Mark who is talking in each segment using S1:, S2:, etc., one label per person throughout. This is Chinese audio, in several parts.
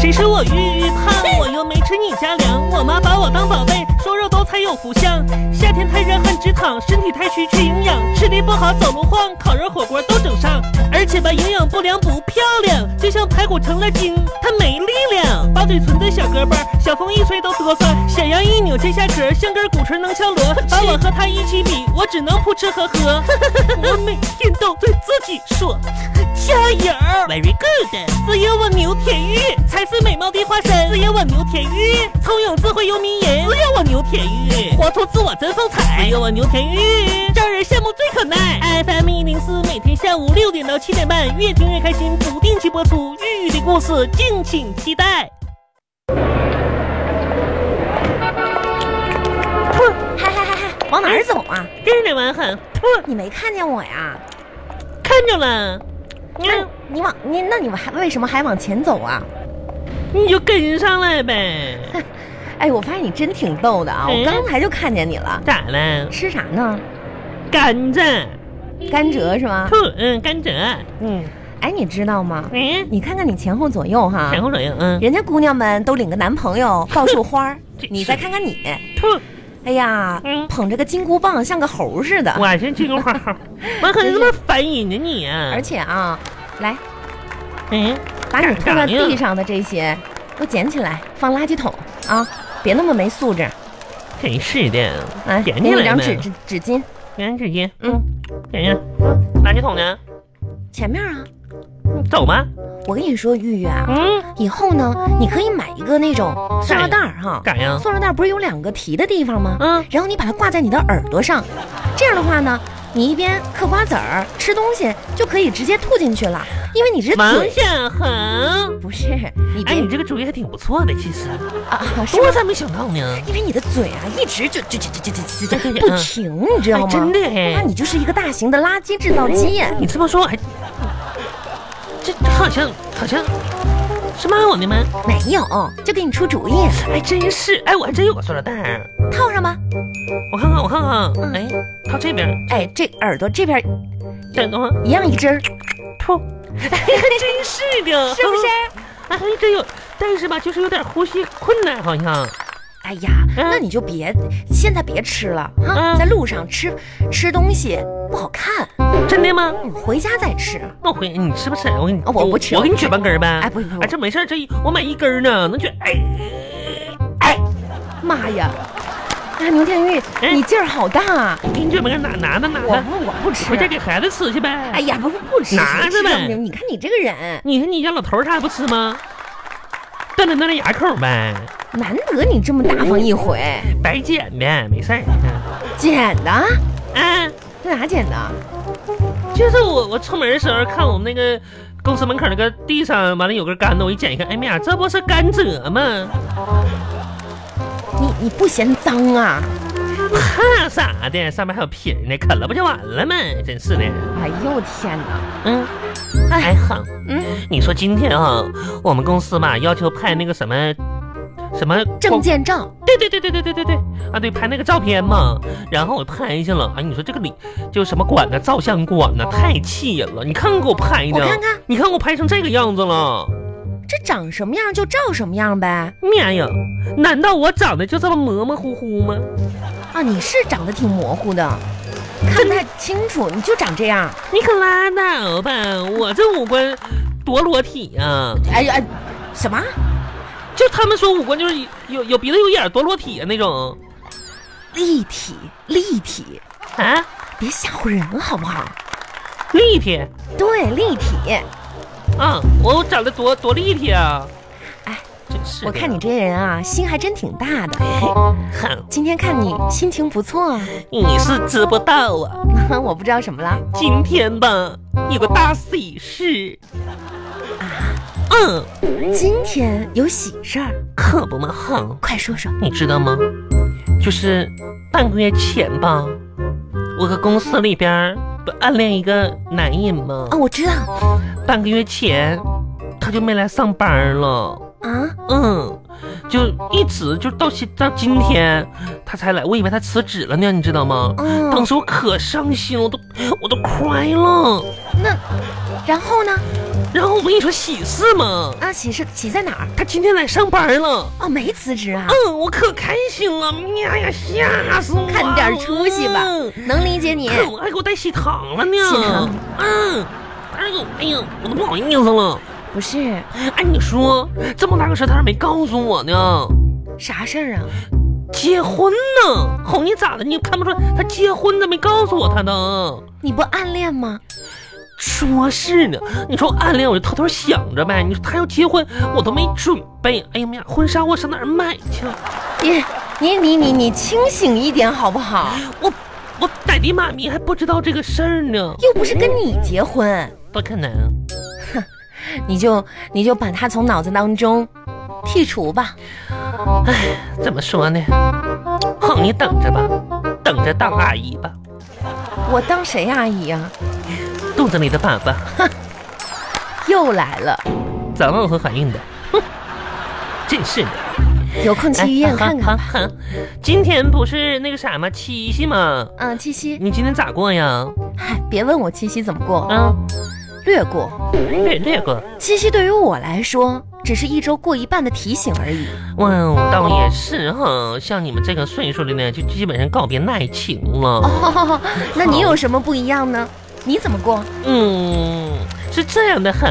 S1: 其实我郁郁胖，我又没吃你家粮，我妈把我当宝贝，说肉多才有福相。夏天太热汗直淌，身体太虚缺营养，吃力不好走路晃，烤肉火锅都整上。而且吧，营养不良不漂亮，就像排骨成了精，它没力量。把嘴唇的小胳膊，小风一吹都哆嗦，小羊一扭这下壳，像根鼓槌能敲锣。把我和他一起比，我只能扑哧呵呵。 我每天都对自己说。加油，very good！只有我牛田玉才是美貌的化身，只有我牛田玉聪颖智慧有迷人，只有我牛田玉活出自我真风采，只有我牛田玉让人羡慕最可耐。FM 一零四每天下午六点到七点半，越听越开心，不定期播出玉玉的故事，敬请期待。
S2: 噗！嗨嗨嗨嗨，往哪儿走啊？
S1: 这两玩很噗，
S2: 你没看见我呀？
S1: 看着了，嗯
S2: 那你往你那你还为什么还往前走啊？
S1: 你就跟上来呗。
S2: 哎，我发现你真挺逗的啊！
S1: 嗯
S2: 我刚才就看见你了，
S1: 咋了？
S2: 吃啥呢？
S1: 甘蔗，
S2: 甘蔗是吗？
S1: 噗，嗯，甘蔗，嗯，
S2: 哎，你知道吗？
S1: 嗯，
S2: 你看看你前后左右哈，
S1: 前后左右，嗯。
S2: 人家姑娘们都领个男朋友到处花儿
S1: 这
S2: 你再看看你，
S1: 吐，
S2: 哎呀
S1: 嗯，
S2: 捧着个金箍棒像个猴似的。
S1: 我先去个花儿， 我可这么烦人呢你啊！
S2: 而且啊，来
S1: 嗯，
S2: 把你
S1: 干啥呀
S2: 拖到地上的这些都捡起来放垃圾桶啊，别那么没素质。
S1: 真是的，
S2: 来，给
S1: 捡起
S2: 你
S1: 啊来
S2: 哎两
S1: 呗
S2: 纸纸纸巾，
S1: 捡纸巾，
S2: 嗯，
S1: 捡去。垃圾桶呢？
S2: 前面啊。
S1: 你走吧。
S2: 我跟你说，玉玉啊，
S1: 嗯，
S2: 以后呢，你可以买一个那种塑料袋儿哈，
S1: 干呀？
S2: 塑料袋儿不是有两个提的地方吗？
S1: 嗯，
S2: 然后你把它挂在你的耳朵上，这样的话呢，你一边嗑瓜子儿吃东西，就可以直接吐进去了，因为你这
S1: 王
S2: 嘴
S1: 小恒，
S2: 不是你
S1: 哎，
S2: 别、
S1: 你这个主意还挺不错的，其实
S2: 啊啊是
S1: 我
S2: 吗？
S1: 咋没想到呢？
S2: 因为你的嘴啊一直就就就就就就
S1: 对
S2: 就
S1: 对
S2: 就
S1: 对
S2: 不
S1: 嗯
S2: 停，你知道
S1: 哎，
S2: 吗？
S1: 真的
S2: 那
S1: 哎，
S2: 你就是一个大型的垃圾制造机。
S1: 你这么说，哎，这这好像好像是骂我呢吗？
S2: 没有，就给你出主意，
S1: 哎，真是，哎，我还真有个塑料袋儿，
S2: 套上吧。
S1: 我看看，我看看，
S2: 嗯
S1: 哎，到这边儿，
S2: 哎，这耳朵这边
S1: 等等会儿。啊
S2: 一样一支儿，
S1: 噗，真是的，
S2: 是不是？？
S1: 哎，这有，但是吧，就是有点呼吸困难，好像。
S2: 哎呀，
S1: 嗯
S2: 那你就别现在别吃了哈，
S1: 嗯
S2: 在路上吃吃东西不好看，
S1: 真的吗？
S2: 你回家再吃。
S1: 那我回你吃不吃？我给你，
S2: 啊我不吃
S1: 我
S2: 我
S1: 给你
S2: 不吃
S1: 卷半根儿呗。
S2: 哎不不不
S1: 哎，这没事儿，这一我买一根儿呢，能卷。哎，哎，
S2: 妈呀！哎，牛天玉，
S1: 哎
S2: 你劲儿好大啊！
S1: 给你卷半根儿，拿拿着拿
S2: 我
S1: 着，
S2: 不我不吃
S1: 回，家给孩子吃去呗。
S2: 哎呀，不是不吃，
S1: 拿着
S2: 吃
S1: 呗
S2: 不了你看你这个人，
S1: 你看你家老头儿他还不吃吗？锻炼锻炼牙口呗，
S2: 难得你这么大方一回，
S1: 白捡呗，没事儿。
S2: 捡的，
S1: 嗯，啊
S2: 在哪捡的？
S1: 就是我我出门的时候看我们那个公司门口那个地上，完了有根杆子，我一捡一看，哎妈呀，这不是甘蔗吗？
S2: 你你不嫌脏啊？
S1: 怕啥的？上面还有皮儿呢，啃了不就完了吗？真是的。
S2: 哎呦我天哪！
S1: 嗯，哎哼，
S2: 嗯，
S1: 你说今天啊，我们公司嘛要求拍那个什么什么
S2: 证
S1: 光，
S2: 件照，
S1: 对对对对对对对对啊，对，拍那个照片嘛。然后我拍去了，哎，你说这个里就什么馆呢？照相馆呢，太气人了！你看给我拍的，
S2: 我看看
S1: 你看给我拍成这个样子了。
S2: 这长什么样就照什么样呗。
S1: 妈呀！难道我长得就这么模模糊糊吗？
S2: 啊，你是长得挺模糊的，看不太清楚，你就长这样。
S1: 你可拉倒吧！我这五官多裸体呀、
S2: 哎呀，哎什么？
S1: 就他们说五官就是有有鼻子有眼儿多裸体啊那种
S2: 立体，立体，
S1: 啊，
S2: 别吓唬人好不好？
S1: 立体
S2: 对，立体。
S1: 啊，我长得多多立体啊！
S2: 哎，
S1: 真是的
S2: 我看你这人啊，心还真挺大的。
S1: 哼，
S2: 今天看你心情不错啊，
S1: 你是知不道啊，
S2: 我不知道什么了。
S1: 今天吧有个大喜事啊，嗯，
S2: 今天有喜事儿，
S1: 可不嘛哼，
S2: 快说说。
S1: 你知道吗？就是半个月前吧，我搁公司里边儿不暗恋一个男人吗？
S2: 啊，我知道啊，啊
S1: 半个月前他就没来上班了。嗯，就一直就到现到今天，他才来，我以为他辞职了呢，你知道吗？
S2: 嗯
S1: 当时我可伤心了，我都我都哭了。
S2: 那然后呢？
S1: 然后我跟你说喜事嘛，
S2: 啊，喜是喜在哪儿？
S1: 他今天来上班了。
S2: 哦，没辞职啊，
S1: 嗯，我可开心了，妈呀，吓死我了！
S2: 看点出息吧
S1: 嗯，
S2: 能理解你。
S1: 看我还给我带喜糖了呢。
S2: 喜糖
S1: 嗯，哎呦，哎呀，我都不好意思了。
S2: 不是
S1: 哎，你说这么大个事儿，他咋没告诉我呢？
S2: 啥事儿啊？
S1: 结婚呢？吼你咋的？你看不出来他结婚咋没告诉我他呢？
S2: 你不暗恋吗？
S1: 说是呢，你说我暗恋我就偷偷想着呗。你说他要结婚，我都没准备。哎呀妈呀，婚纱我上哪儿买去了？
S2: 你你你你你清醒一点好不好？
S1: 我我奶爹妈咪还不知道这个事儿呢，
S2: 又不是跟你结婚，
S1: 不可能。
S2: 你就你就把他从脑子当中剔除吧。
S1: 怎么说呢？哼，你等着吧，等着当阿姨吧，
S2: 我当谁阿姨啊？
S1: 肚子里的粑粑
S2: 又来了，
S1: 早晚我会怀孕的。哼，真是的。
S2: 有空去医院
S1: 哎
S2: 看看。
S1: 哼哼哼今天不是那个啥吗？七夕吗？
S2: 嗯，七夕，
S1: 你今天咋过呀？
S2: 嗨，别问我七夕怎么过，
S1: 啊，
S2: 略过。
S1: 略略过。
S2: 七夕对于我来说，只是一周过一半的提醒而已。
S1: 哇哦，倒也是哈，像你们这个岁数的呢，就基本上告别爱情了。
S2: 哦，那你有什么不一样呢？你怎么过？
S1: 嗯，是这样的很。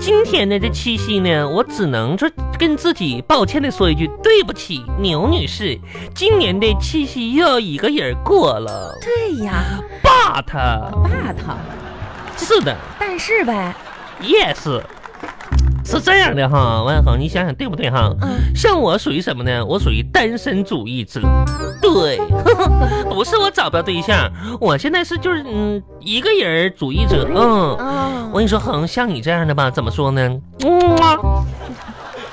S1: 今天呢，这七夕呢，我只能说跟自己抱歉的说一句，对不起，牛女士，今年的七夕又要一个人过了，
S2: 对呀，
S1: 爸他，
S2: 霸道，
S1: 是的。
S2: 但是呗，
S1: Yes，是这样的哈，万恒，你想想对不对哈？
S2: 嗯
S1: 像我属于什么呢？我属于单身主义者。对， 不是我找不着对象，我现在是就是嗯一个人儿主义者。嗯，
S2: 啊
S1: 我，跟你说，恒，像你这样的吧，怎么说呢？嗯啊，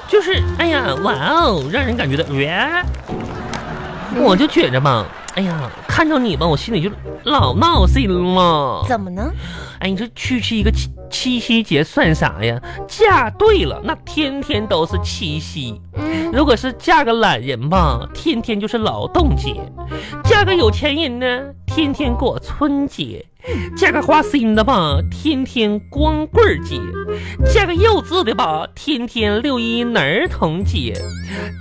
S1: 就是哎呀，哇哦，让人感觉到哇，我就觉着吧，哎呀，看着你吧，我心里就老闹心了。
S2: 怎么呢？
S1: 哎，你说区区一个七七夕节算啥呀？嫁对了，那天天都是七夕；
S2: 嗯，
S1: 如果是嫁个懒人吧，天天就是劳动节；嫁个有钱人呢，天天过春节；嫁个花心的吧，天天光棍儿节；嫁个幼稚的吧，天天六一儿童节；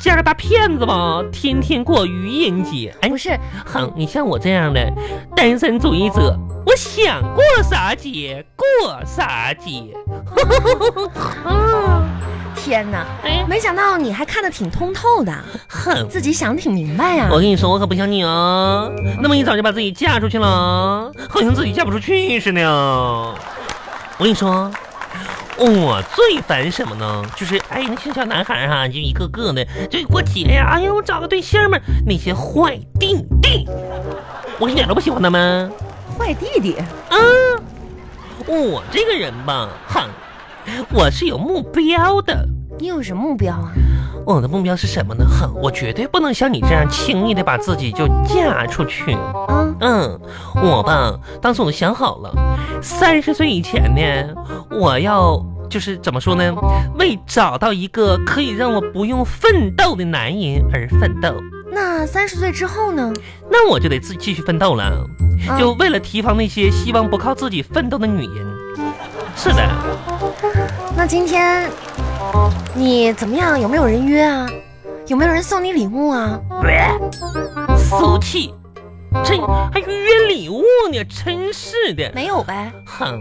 S1: 嫁个大骗子吧，天天过愚人节。哎
S2: 不，是，
S1: 哼，你像我这样的单身主义者，我想过啥节过啥节。
S2: 嗯，天哪，
S1: 哎呀，
S2: 没想到你还看得挺通透的，
S1: 哼，
S2: 自己想得挺明白呀、
S1: 我跟你说，我可不像你啊，那么一早就把自己嫁出去了啊，好像自己嫁不出去似的啊。我跟你说。我最烦什么呢？就是哎，那些小男孩哈、就一个个的，就过节呀、哎呀，我找个对象嘛，那些坏弟弟，我一点都不喜欢他们。
S2: 坏弟弟，
S1: 啊，我这个人吧，哼，我是有目标的。
S2: 你有什么目标啊？
S1: 我的目标是什么呢？哼，我绝对不能像你这样轻易的把自己就嫁出去。
S2: 啊，
S1: 嗯，我吧，当时我都想好了，三十岁以前呢，我要就是怎么说呢，为找到一个可以让我不用奋斗的男人而奋斗。
S2: 那三十岁之后呢？
S1: 那我就得自继续奋斗了，
S2: 啊
S1: 就为了提防那些希望不靠自己奋斗的女人。是的。
S2: 那今天你怎么样？有没有人约啊？有没有人送你礼物啊？
S1: 俗气，这还约礼物呢，真是的。
S2: 没有呗。
S1: 哼，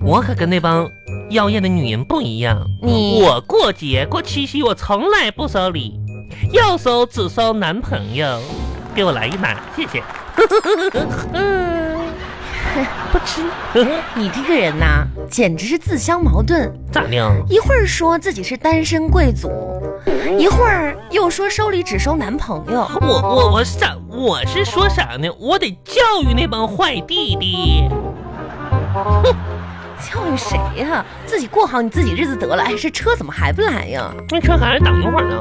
S1: 我可跟那帮妖艳的女人不一样。
S2: 你
S1: 我过节过七夕，我从来不收礼，要收只收男朋友。给我来一拿，谢谢。
S2: 嗯，
S1: 不吃，呵呵
S2: 你这个人呐，简直是自相矛盾。
S1: 咋的？
S2: 一会儿说自己是单身贵族，一会儿又说收礼只收男朋友。
S1: 我我我是咋？我是说啥呢？我得教育那帮坏弟弟。
S2: 教育谁呀、自己过好你自己日子得了。哎，这车怎么还不来呀？
S1: 那车还是等一会儿呢。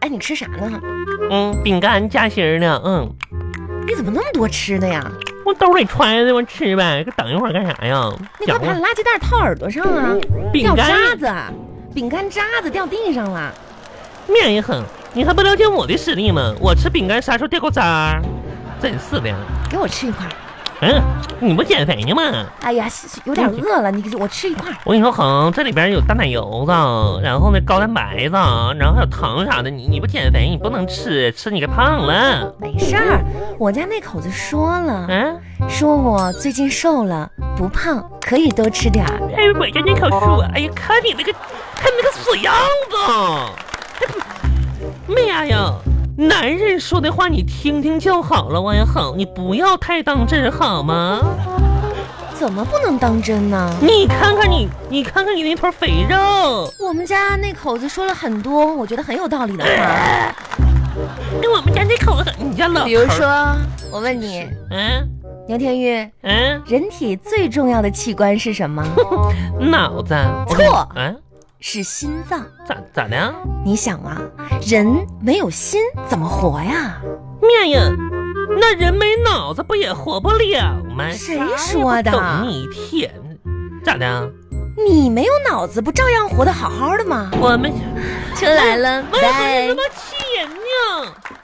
S2: 哎，你吃啥呢？
S1: 嗯，饼干夹心儿呢。嗯，
S2: 你怎么那么多吃的呀？
S1: 我兜里揣着，我吃呗。这等一会儿干啥呀？
S2: 那快把
S1: 讲话
S2: 垃圾袋套耳朵上啊！
S1: 饼
S2: 掉
S1: 干
S2: 渣子，饼干渣子掉地上了。
S1: 面也狠，你还不了解我的实力吗？我吃饼干啥时候掉过渣儿？真是的，
S2: 给我吃一块儿。
S1: 嗯，你不减肥呢吗？
S2: 哎呀，是是有点饿了，你给我吃一块儿。
S1: 我跟你说，恒，这里边有大奶油子，然后呢高蛋白子，然后还有糖啥的。你你不减肥，你不能吃，吃你给胖了。
S2: 没事儿，我家那口子说了，
S1: 嗯，
S2: 说我最近瘦了，不胖，可以多吃点儿。
S1: 哎，我家那棵树，哎呀，看你那个，看你那个死样子，妹呀呀！男人说的话你听听就好了，王呀恒，你不要太当真好吗？
S2: 怎么不能当真呢？
S1: 你看看你，你看看你那坨肥肉，
S2: 我们家那口子说了很多，我觉得很有道理的话，
S1: 跟哎我们家那口子，你家老头儿
S2: 比如，说，我问你，
S1: 嗯
S2: 牛天玉，
S1: 嗯，
S2: 人体最重要的器官是 什么？
S1: 脑子
S2: 错
S1: 嗯，
S2: 是心脏。
S1: 咋咋的？
S2: 你想啊，人没有心怎么活呀？
S1: 面呀，那人没脑子不也活不了吗？
S2: 谁说的
S1: 啥也不懂你一天，咋的？
S2: 你没有脑子不照样活得好好的吗？哎
S1: 我们
S2: 出来了，
S1: 为什么这么气人呢？